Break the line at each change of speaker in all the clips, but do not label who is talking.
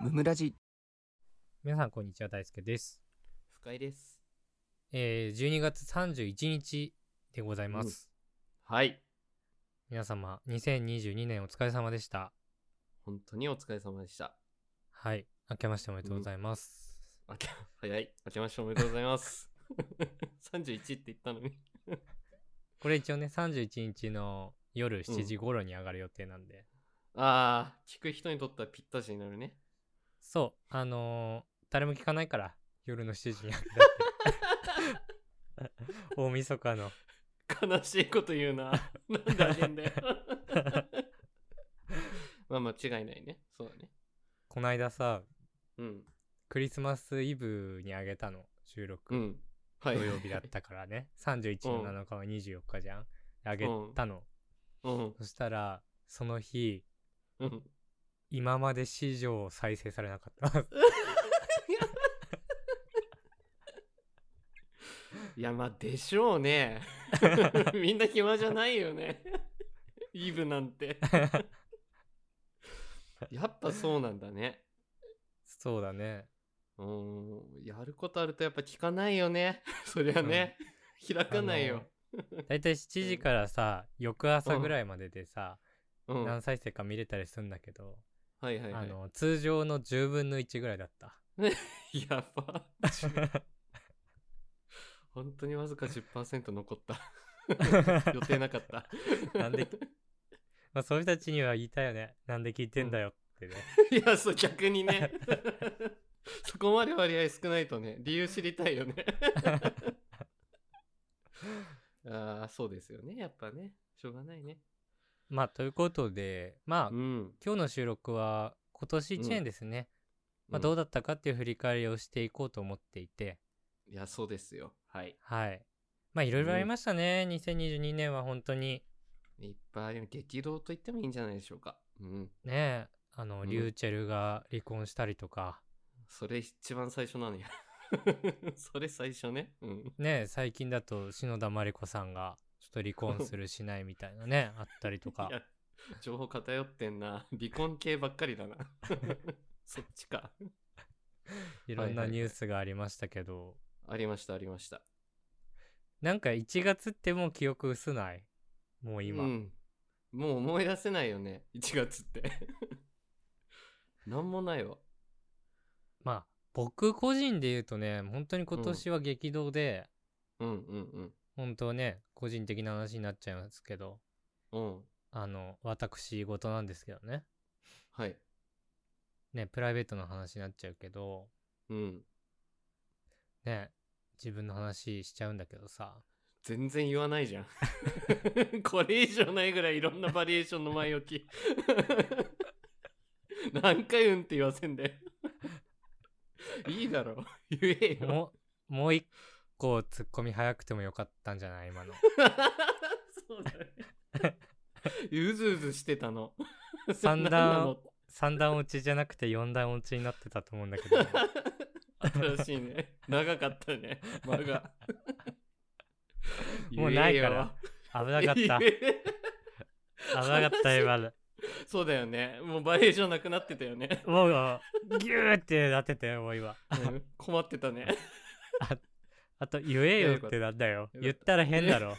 ムムラジ
皆さんこんにちは大輔です、
深井です
えー、12月31日でございます、
はい
皆様2022年お疲れ様でした
本当にお疲れ様でした
はい明けましておめでとうございます、
あけ早い明けましておめでとうございます 31って言ったのに
これ一応ね31日の夜7時頃に上がる予定なんで、
あー聞く人にとってはぴったしになるね
そうあのー誰も聞かないから夜の7時に上げた って大晦日の
悲しいこと言う ななんであげんだよ まあ間違いないねそうだね
こないださ
うん
クリスマスイブに上げたの収録、
うんは
土
い
曜日だったからね31の7日は24日じゃん上げたの、
うん
そしたら、その日、
うん
今まで史上再生されなかった。
いやまあでしょう ねみんな暇じゃないよねイブなん てやっぱそうなんだね
そうだね。
うーんやることあるとやっぱ聞かないよね そりゃね、開かないよ、
だいたい7時からさ、翌朝ぐらいまででさ、
うんは
何再生か見れたりするんだけど、
いはいは
あ
い
の、通常の10分の1ぐらいだった。
や ば本当にわずか10%残った 予定 なかった
なんで まあ、そういう人たちには言いたいよね。なんで聞いてんだよってね。
いや、そう、逆 にね。そこまで割合少ないとね、理由知りたい よね。ああ、そうですよね。やっぱね。しょうがないね。
まあ、ということで、まあ、
うん。
今日の収録は今年1年ですね。まあ、
ん
どうだったかっていう振り返りをしていこうと思っていて、
いや、そうですよ。はい。
はい。まあいろいろあり
うん
ましたね。2022年は本当に
いっぱいある激動と言ってもいいんじゃないでしょうか。うん。
ね、あの、
うん
リューチェルが離婚したりとか、
それ一番最初な のや。それ最初ね。うん。
ね、最近だと篠田麻里子さんがちょっと離婚するしないみたいな ね、あったりとか
い。や、情報偏ってんな。離婚系ばっか りだな。 そっちか。
いろん
は
ない
はいはい
ニュースがありましたけど、
ありました、ありました。
なんか1月ってもう記憶薄ないもう今。
うん、もう思い出せないよね1月って なんもないわ
まあ僕個人で言うとね、本当に今年は激動で、
うんうん
本当ね、個人的な話になっちゃいますけど、
うんうん
あの、私事なんですけどね。
はい
ね、プライベートの話になっちゃうけど、
うん
ね、自分の話しちゃうんだけどさ、
全然言わないじゃん これ以上ないぐらいいろんなバリエーションの前置き 何回うんって言わせんだよ いいだろ言えよ
もう、もう一個ツッコミ早くてもよかったんじゃない今の。
そうだねうずうずしてたの
三段
何なの
三段落ちじゃなくて四段落ちになってたと思うんだけど、
新しいね。長かったね。間が。
もうないから危なかっ
言えよ。
た。危
言え
なかった今の。
そうだよね。もうバリエーションなくなってたよね。
もう、ギューってなってたよ、もう今。
うん困ってたね。
あと、言えよってなんだよ。
よかった
言ったら変だろ。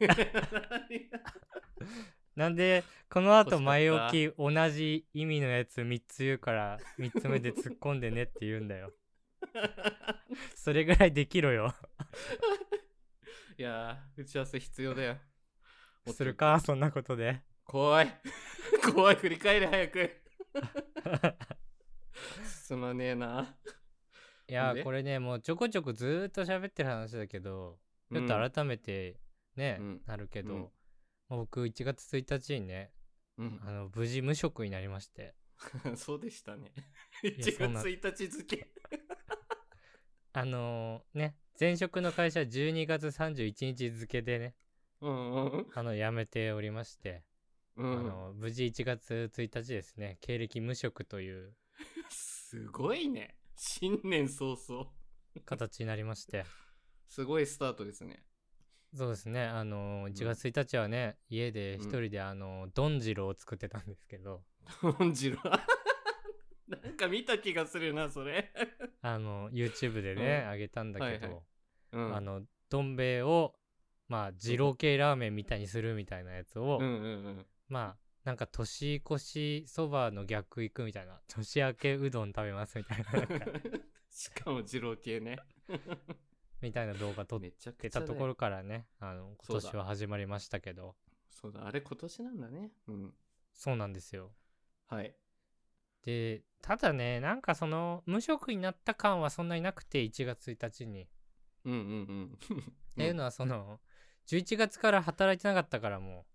なんで、この後前置き同じ意味のやつ3つ言うから、3つ目で突っ込んでねって言うんだよ。それぐらいできろよ。
いやー、打ち合わせ必要だよ。
するか、そんなことで。
怖い。 怖い。振り返れ、早 く。進まねえな。
いや
で
ーこれねもうちょこちょこずーっと喋ってる話だけどちょっと改めてね、
うん
なるけど、
うん
まあ僕1月1日にね
うん
あの無事無職になりまして
うん、 そうでしたね。1
や
月
そんな
1日付。
あのーね前職の会社12月31日付でね
うんうん
あの辞めておりまして、
うん。
あの無事1月1日ですね経歴無職という
すごいね。新年早々。
形になりまして
すごいスタートですね。
そうですねあのー1月1日はね、家で一人であのー、どんじろを作ってたんですけど
どんじろ。 なんか見た気がするな、それ。
あの YouTube でね、
うん
あげたんだけど、
はいはうん。
あのどん兵衛をまあ二郎系ラーメンみたいにするみたいなやつを、
うんうんうん。
まあなんか年越しそばの逆行くみたいな年明けうどん食べますみたいななんか
しかも二郎系ね。
みたいな動画撮っ
めちゃく
て
ちゃ
た
だよ
ところからねあの今
そうだ
年は始まりましたけど
そうだ、あれ今年なんだね。うん。
そうなんですよ
はい。
でただねなんかその無職になった感はそんなになくて1月1日に、
うんうんうん。
っていうのはその11月から働いてなかったからも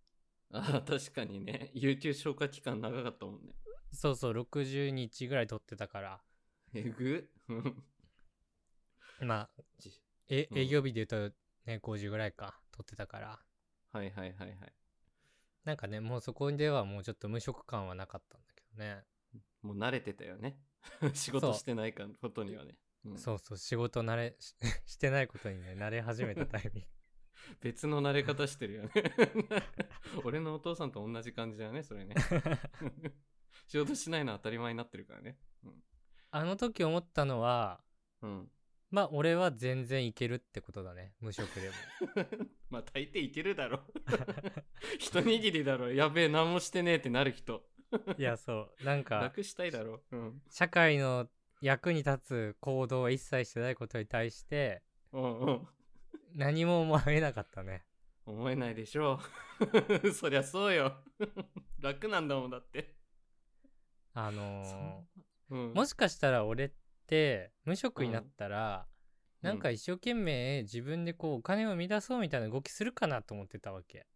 うんあー確かにね。有給消化期間長かったもんね。
うそうそう60日ぐらい取ってたから
えぐうん
まあ
じ
え
うん
営業日で言うとね50ぐらいか取ってたから
はいはいはいはい。
なんかねもうそこではもうちょっと無職感はなかったんだけどね、
もう慣れてたよね。
そ
仕事
う
してないかことにはね。うん
そうそう仕事慣れ ししてないことにね慣れ始 めたタイミング
別の慣れ方してるよね。 俺のお父さんと同じ感じだよね、そ れね。仕事しないのは当たり前になってるからね。
あの時思ったのは
うん。
まあ俺は全然いけるってことだね無職でも
まあ大抵いけるだろ。 一握りだろ。やべえ、何もしてねえってなる人。
いやそうなんか
楽したいだろ。うん。
社会の役に立つ行動を一切してないことに対して
うんうん。
何も思えなかったね
思えないでしょう。 そりゃそうよ。楽なんだもんだって。
あ
そ
の
んうん
ー、もしかしたら俺って無職になったら、
うん
なんか一生懸命自分でこうお金を生み出そうみたいな動きするかなと思ってたわけ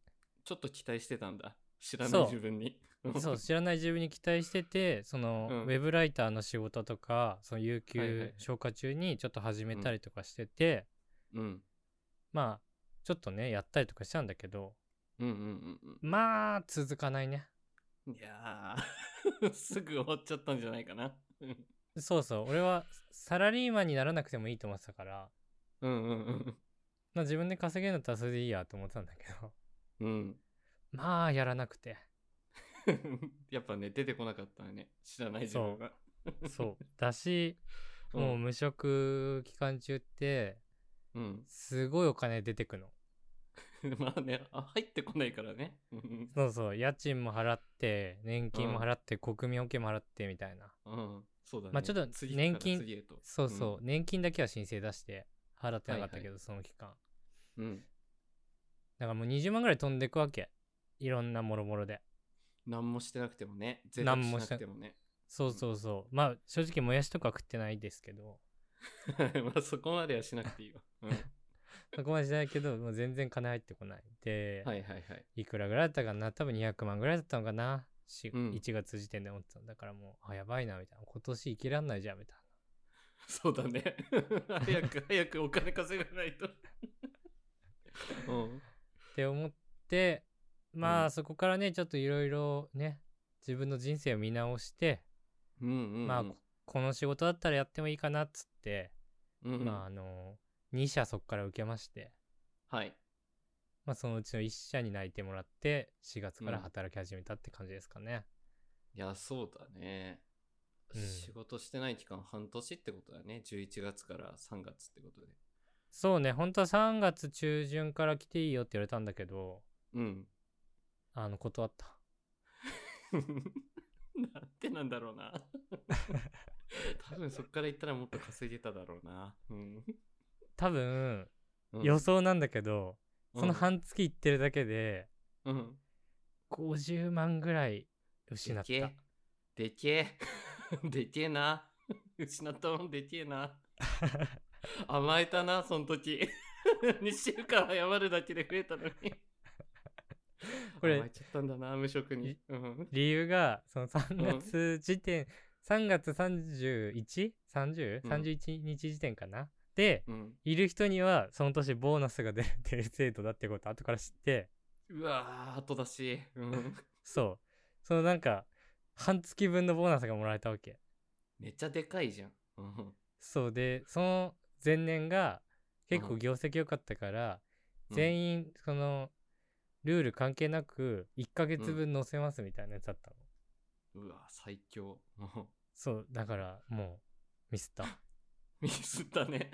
ちょっと期待してたんだ。知らな
そ
いう自分に。
そう知らない自分に期待しててその、
うん
ウェブライターの仕事とかその有
はいはいは
給
い
消化中にちょっと始めたりとかしてて、
うん。
まあちょっとねやったりとかしたんだけど
うんうんうんうん。
まあ続かないね
いやー すぐ終わっちゃったんじゃないかな。うん
そうそう俺はサラリーマンにならなくてもいいと思ってたから、
うんうん
まあ、自分で稼げるんだったらそれでいいやと思ってたんだけど
うん。
まあやらなくて
うん。 やっぱね、出てこなかったね。知らない自分が。
そうだし
うん
もう無職期間中って
うん。
すごいお金出てくの
まあねあ、入ってこないからね。うん
そうそう家賃も払って年金も払って、国民保険も払ってみたいな
うん。そうだね。
まあちょっと
次から
年金
次へと。
そうそう、年金だけは申請出して払ってなかったけど、
はい
その期間
うん。
だからもう20万ぐらい飛んでくわけいろんなもろもろで
何もしてなくてもね。贅沢
何
し
も
な
して
くてもね。
そうそうそうまあ正直もやしとか食ってないですけど
まあそこまではしなくていいよ。うんはい
そこまでじゃないけどもう全然金入ってこないで、
はいはい。
い、くらぐらいだったかな多分200万ぐらいだったのかな、し
うん
1月時点で思ってたんだからもうあやばいなみたいな今年生きらんないじゃんみたい
そうだね。 早く早くお金稼がないと。うん。
なって思ってまあ、
うん
そこからねちょっといろいろね自分の人生を見直して、
うんうんうん。
まあここの仕事だったらやってもいいかなっつって、
うんうん
まああの2社そこから受けまして、
はい。
まあ、そのうちの1社に内定もらって4月から働き始めたって感じですかね、
いや、そうだね。
うん
仕事してない期間半年ってことだね。11月から3月ってことで。
そうね本当は3月中旬から来ていいよって言われたんだけど
うん。
あの断った
なんてなんだろうな。多分そっから行ったらもっと稼げただろうな。うん。
多分、
うん
予想なんだけどその、
うん
半月行ってるだけで
うん。
50万ぐらい失っ
でけ
た
えでけえ でけえな失ったもんでけえな甘えたなその時2 週間謝るだけで増えたのに
これ
甘えちゃったんだな無職に
い、
うん、
理由がその
ん
3月時点、3月 31?30?31
うん
日時点かな、で
うん、
いる人にはその年ボーナスが出る っていう制度だってこと後から知って
うわー後出し、うん、
そうそのなんか半月分のボーナスがもらえたわけ
めっちゃでかいじゃん、うん
そうでその前年が結
う
構
ん
業績良かったから、
うん
全員そのルール関係なく1ヶ月分載せますみたいなやつだったの、
うわ最強、うん
そうだからもうミス った
ミスったね。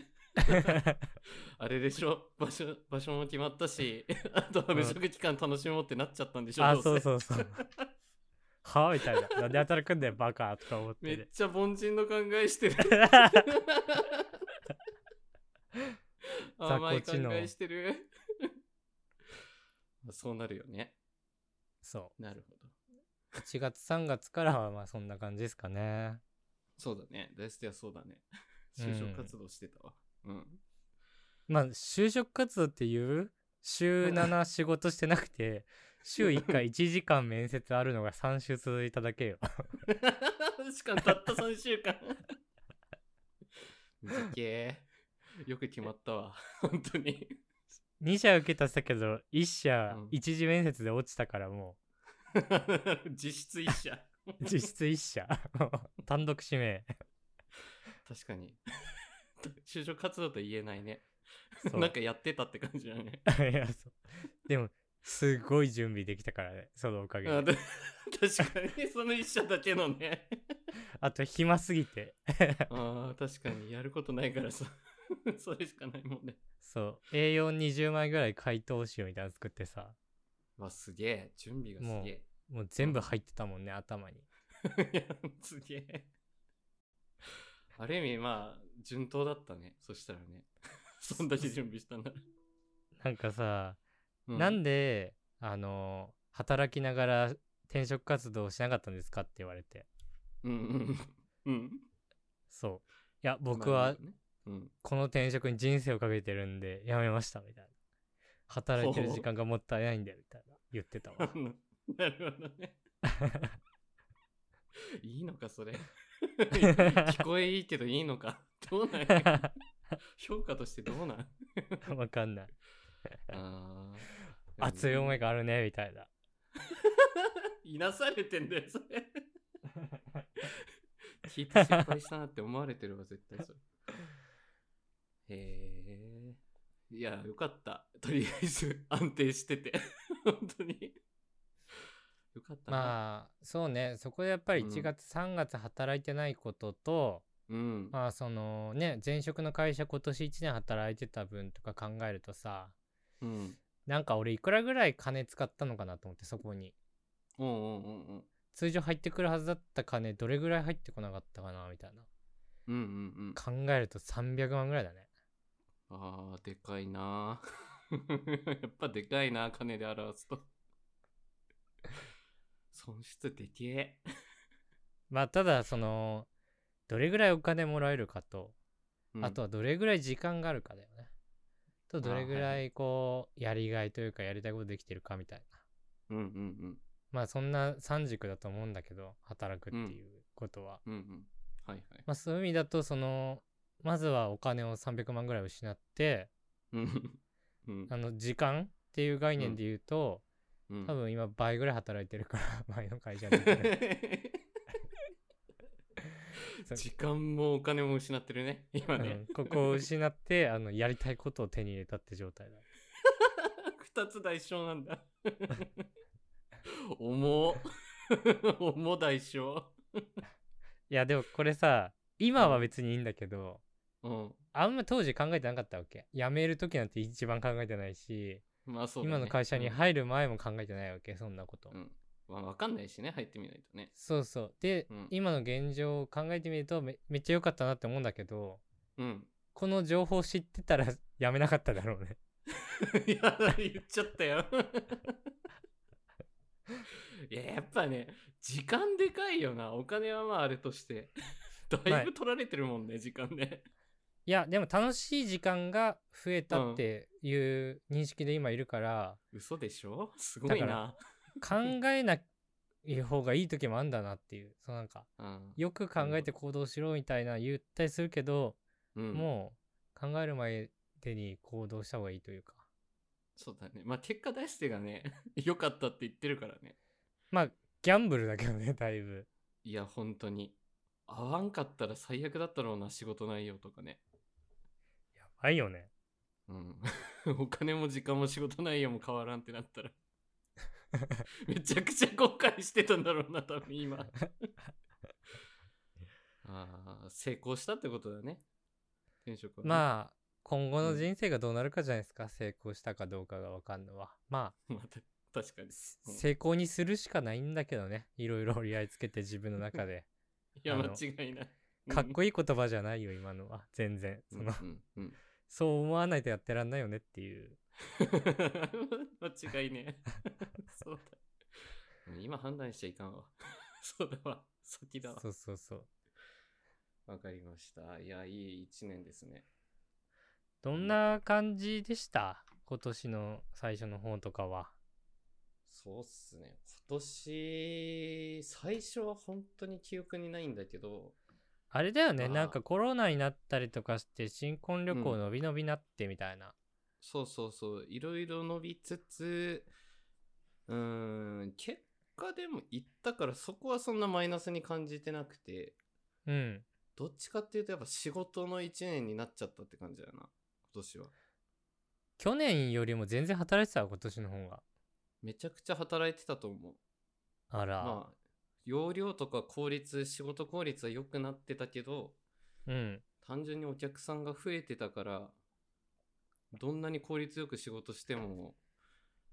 あれでしょ場所場所も決まっ たし、あとは無職期間楽しもうってなっちゃったんでしょ、
あ
どせ
そうそうそう はみたいななんで働くんだよバカとか思っ
め
て
ってちゃ凡人の考えしてる。甘い考
雑魚知能
えしてる。 そうなるよね。
そ
なるほど。
う1月3月からはまあそんな感じですかね
そうだね。大してはそうだね。
うん
就職活動してたわ。うん。
まあ就職活動っていう週7仕事してなくて週1回1時間面接あるのが3週続いただけよ
しかもたった3週 間。短えよく決まったわ。本当に。
2社受けたしたけど1社
うん
1次面接で落ちたからも
実質一社。
う実質1社 単独指名
確か に。就職活動と言えないね。
そう
なんかやってたって感じだね。
いやそうでもすごい準備できたからねそのおかげ
あ
で
で確かに、その一社だけのね。
あと暇すぎて
ああ、確かに、やることないからさ。 それしかないもんね。
そう A420 枚ぐらい回答集みたいなの作ってさ
わ、すげえ。準備がすげえ。
もう全部入ってたもんね頭に
いや、すげえ。ある意味、まあ、順当だったね。そしたら ね。そんだけ準備したなら。
なんかさ
う
なんであの働きながら転職活動をしなかったんですかって言われて
うんうんうん。うん。
そういや僕
まあ
は
ねうん。
この転職に人生をかけてるんで辞めましたみたいな働いてる時間がもったいないんだよみたいな言ってた わ
なるほどね。 いいのか、それ。 聞こえいいけどいいのか。どうなんや 評価としてどうなん
わかんない
あー
熱い思い。があるねみたいない
なされてんだよ、そ れ。聞いて失敗したなって思われてるわ、絶対それ。へえ。いや、よかった。とりあえず 安定してて。本当に。よかったな。
まあそうねそこでやっぱり
うん
1月3月働いてないことと、
うん。
まあそのね前職の会社今年1年働いてた分とか考えるとさ
うん。
なんか俺いくらぐらい金使ったのかなと思ってそこに
うんうんうんうん。
通常入ってくるはずだった金どれぐらい入ってこなかったかなみたいな
うんうんうん。
考えると300万ぐらいだね
あー、でかいな。 やっぱでかいな、金で 表すと。損失でけえ。
まあただそのどれぐらいお金もらえるかと、
うん
あとはどれぐらい時間があるかだよねとどれぐ
あーは
ら
い
いこうやりがいというかやりたいことできてるかみたいな
うんうん
まあそんな三軸だと思うんだけど働くって
うん
いうことは、
うん。うんうん。はいはい。
まあそういう意味だとそのまずはお金を300万ぐらい失って
うん。うん
あの時間っていう概念で言うと、
うん
多分今倍ぐらい働いてるから 前の会社でそう
時間もお金も失ってるね、今ね。
うんここを失ってあのやりたいことを手に入れたって状態だ
二つ代償なんだ。 重っ 重代償。
いやでもこれさ今は別にいいんだけど、
うん。
あんま当時考えてなかったわけ辞める時なんて一番考えてないし、
まあそうだね、
今の会社に
うん
入る前も考えてないわけそんなこと、
うん。まあ、わかんないしね、入ってみないとね。
そうそうで、
うん
今の現状を考えてみるとめめっちゃ良かったなって思うんだけど
うん。
この情報知ってたら やめなかっただろうね
いや、言っちゃったよ。 いや、やっぱね、時間でかいよな。お金はまああれとして。だいぶ取られてるもんね、時間ね。
いやでも楽しい時間が増えたっていう認識で今いる から、
嘘でしょすごいな。
考えない方がいい時もあんだなっていうそのなんか
うん
よく考えて行動しろみたいな言ったりするけど、
うん、
もう考える前でに行動した方がいいというか
そうだね。まあ結果出してがね、 良かったって言ってるからね。
まあギャンブルだけどねだいぶ
いや、本当に。合わんかったら最悪だったろうな、仕事内容とかね。
やばいよね
うん。 お金も時間も仕事内容も変わらんってなった ら。 めちゃくちゃ後悔してたんだろうな、多分今。ああ、成功したってことだね。転職は、ね。あ。
まあ今後
う
の
ん
人生がどうなるかじゃないですか、成功したかどうかが分かんのはま
また確かに。い
あせ
うん
成功にするしかないんだけどねいろいろ折り合いつけて自分の中で
や、
あの
間違いない。
かっこ
いい。
いい言葉じゃないよ今のは全然そ
うん
の
うんうん、
そう思わないとやってらんないよねっていう
間違いねえ。そうだ。今判断しちゃいかんわ。 そうだわ。先だわ
そ。うそうそう
わかりました。いや、いい一年ですね。
どんな感じでした今年の最初の方とかは
そうっすね。今年、最初は本当に記憶にないんだけど、
あれだよ
あ
ね
ー
なんかコロナになったりとかして新婚旅行伸び伸びなってみたいな、
そうそうそう、いろいろ伸びつつ、うーん、結果でも行ったからそこはそんなマイナスに感じてなくて、
うん、
どっちかっていうとやっぱ仕事の一年になっちゃったって感じだな、今年は。
去年よりも全然働いてたわ今年の方が
めちゃくちゃ働いてたと思う。
あら、
まあ、容量とか効率、仕事効率は良くなってたけど、
うん
単純にお客さんが増えてたからどんなに効率よく仕事しても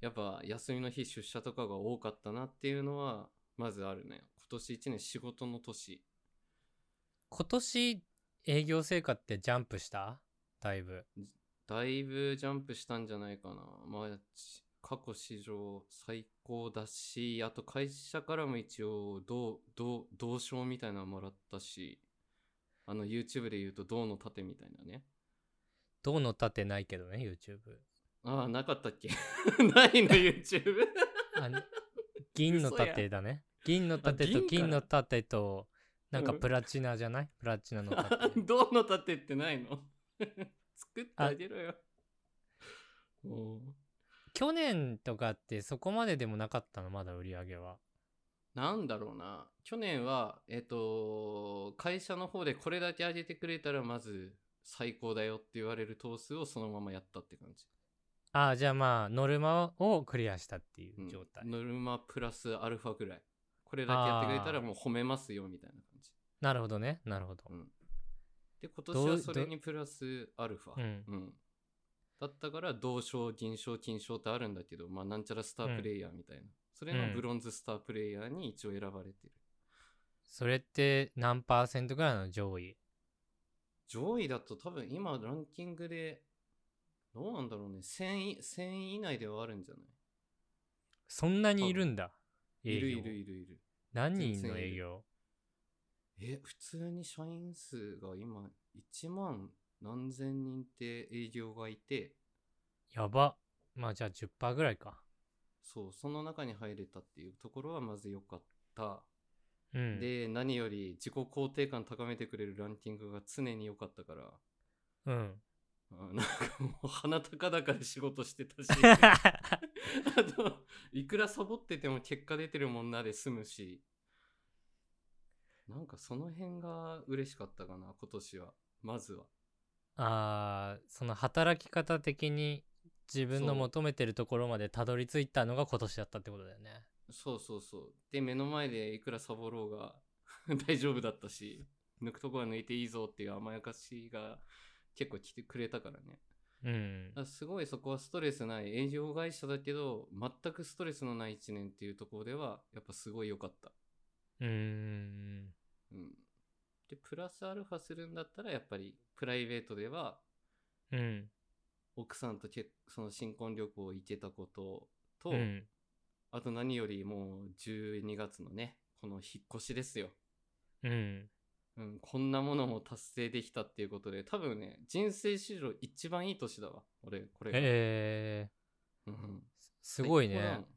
やっぱ休みの日出社とかが多かったなっていうのはまずあるね今年1年仕事の年
今年営業成果ってジャンプしただいぶ
だいぶジャンプしたんじゃないかなまあち過去史上最高だしあと会社からも一応同同同賞みたいなのもらったしあの YouTube で言うと銅の盾みたいなね
どうの立てないけどね YouTube
ああなかったっけ ないの YouTube
あの銀の盾だね銀の盾
あ銀
と
か
金の盾となんか
うん
プラチナじゃない、プラチナの盾
あ銅の盾ってないの 作ってあげろよ。おう
去年とかってそこまででもなかったのまだ売り上げは
なんだろうな。去年は、えっ、と、会社の方でこれだけあげてくれたらまず最高だよって言われるトースをそのままやったって感じ。
ああじゃあまあノルマをクリアしたっていううん状態、
ノルマプラスアルファぐらい。これだけやってくれたら
あー
もう褒めますよみたいな感じ。
なるほどねなるほど、
うん。で、今年
ど
は
う
それにプラスアルファ。
うん
うんだったから、銅賞、銀賞、金賞ってあるんだけど、まあ、なんちゃらスタープレイヤーみたいな。それのブロンズスタープレイヤーに一応選ばれてる。
それって何パーセントぐらいの上位
上位だと多分今ランキングで、どうなんだろうね。1000位、1000位以内ではあるんじゃない、
そんなにいるんだ営業
いるいるいるいる。
何人
全
の
然いる
営業
え、普通に社員数が今1万何千人って営業がいて、
やばまあじゃあ10%ぐらいか
そう、その中に入れたっていうところはまず良かった。
うん
で、何より自己肯定感高めてくれるランキングが常に良かったから、
うん
あなんかもう鼻高々で仕事してた し、あと、いくらサボってても結果出てるもんなで済むし、なんかその辺が嬉しかったかな、今年は。まずは。
あーその働き方的に自分の
そう
求めてるところまでたどり着いたのが今年だったってことだよね
そうそうそう。で、目の前でいくらサボろうが 大丈夫だったし、抜くとこは抜いていいぞっていう甘やかしが結構来てくれたからね。
うん
あすごいそこはストレスない営業会社だけど全くストレスのない1年っていうところではやっぱすごい良かった、
うーん
うん、でプラスアルファするんだったらやっぱりプライベートでは
うん
奥さんと結その新婚旅行行けたことと、
うん
あと何よりもう12月のねこの引っ越しですよ、
うん
うん、こんなものも達成できたっていうことで多分ね人生史上一番いい年だわ俺これが、
えー、
うん
すごい
最高
ね
なの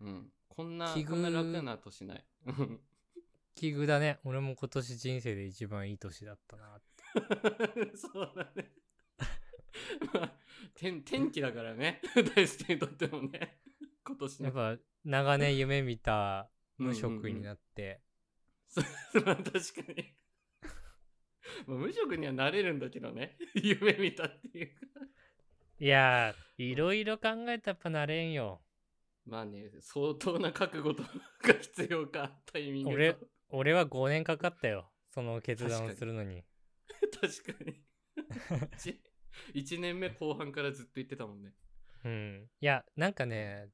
うん。こんな、
奇遇
こんな楽な年ない。うん
奇遇だね俺も今年人生で一番いい年だったな
そうだね。まあ、天、天気だからね。 大輔にとっても ね。今年
や
の
っ。ぱ長年夢見た無
うんうん
職
うん
員になって
そう まあ確かに。まあ無職にはなれるんだけどね。 夢見たっていうか。
いやーいろいろ考えたらやっぱなれんよ
まあね、相当な覚悟とが必要か、タイミングと
俺俺は5年かかったよその決断をするのに
確かに 1, 年目後半からずっと言ってたもんね
うんいやなんかね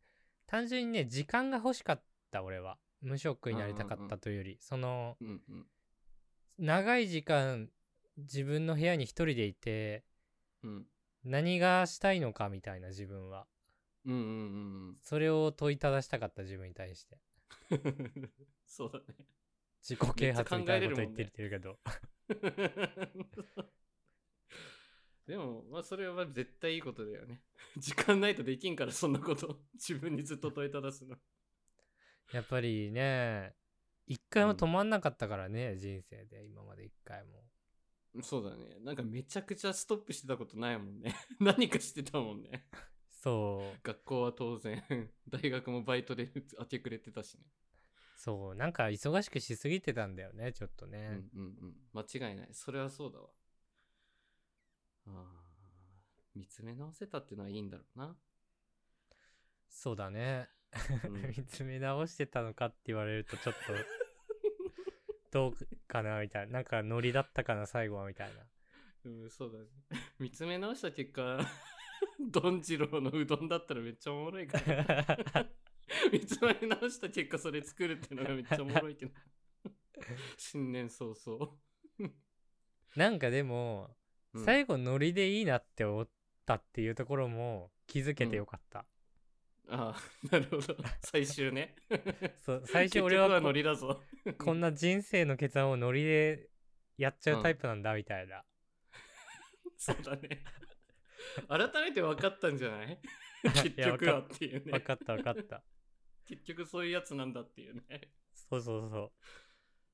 単純にね時間が欲しかった俺は無職になりたかったというより、その
うんうん
長い時間自分の部屋に一人でいて
うん
何がしたいのかみたいな自分は
うんうんうんうん
それを問いただしたかった自分に対して
そうだね
自己啓発みたいなこと
めっちゃ考えれる
言
も
っ
んね
てるけど、
でも、まあ、それは絶対いいことだよね。 時間ないとできんから、そんなこと。 自分にずっと問いただすの。
やっぱりね一回も止まんなかったからね、人生で今まで一回も
そうだね。なんかめちゃくちゃストップしてたことないもんね。 何かしてたもんね。
そう
学校は当然、 大学もバイトで明け暮れてたしね。
そうなんか忙しくしすぎてたんだよねちょっと
う
ね、
んうんうん。間違いない。それはそうだわ。あー見つめ直せたってのはいいんだろうな。
そうだね、
うん
見つめ直してたのかって言われるとちょっ とどうかなみたいななんかノリだったかな最後はみたいな
うん、そうだね。見つめ直した結果、 ドンジローのうどんだったらめっちゃおもろいから 見つめ直した結果それ作るってのがめっちゃおもろ いけど。新年早々。
なんかでも、
うん
最後ノリでいいなって思ったっていうところも気づけてよかった、
ああ、なるほど。最終ね。
そう最初俺
結局
は
はノ
こ
リだぞ。
こんな人生の決断をノリでやっちゃうタイプなんだみたいな、
そうだね。改めて分かったんじゃない結
いや
局はっていう
分
ね。
かった分かった
結局そういうやつなんだっていうね。
そうそうそ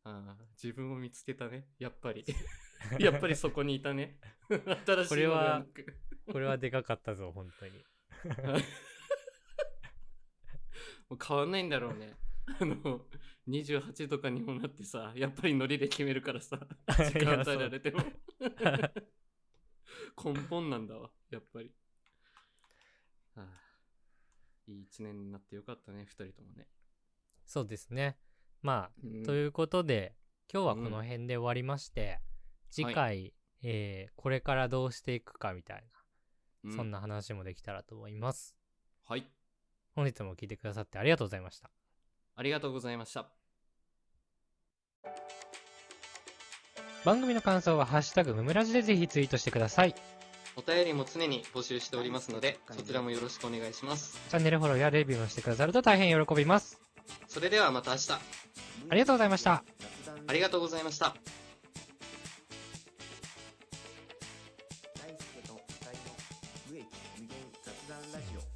ああ、自分を見つけたね。やっぱ り。やっぱりそ こにいたね。新しいのではなく。
うこれはでかかったぞ本当に
もう変わんないんだろう ね。あの、28とかにもなってさ、やっぱりノリで決めるから さ、時間与えられても。 根本なんだわ、やっぱり。はあ、いい一年になってよかったね、二人ともね。
そうですねまあ
うん
ということで今日はこ
う
の
ん
辺で終わりまして、次回、
は
えーこれからどうしていくかみたいな、
う
そんな話もできたらと思います
はい。
本日も聞いてくださってありがとうございました
ありがとうございました。
番組の感想は「ハッシュタグむむらじ」でぜひツイートしてくださいチ
お便りも常に募集しておりますので、そちらもよろしくお願いします。
ャンネルフォローやレビューもしてくださると大変喜びます
それではまた明日、
ありがとうございました
ありがとうございました。
大輔と二人の無益無限雑談ラジオ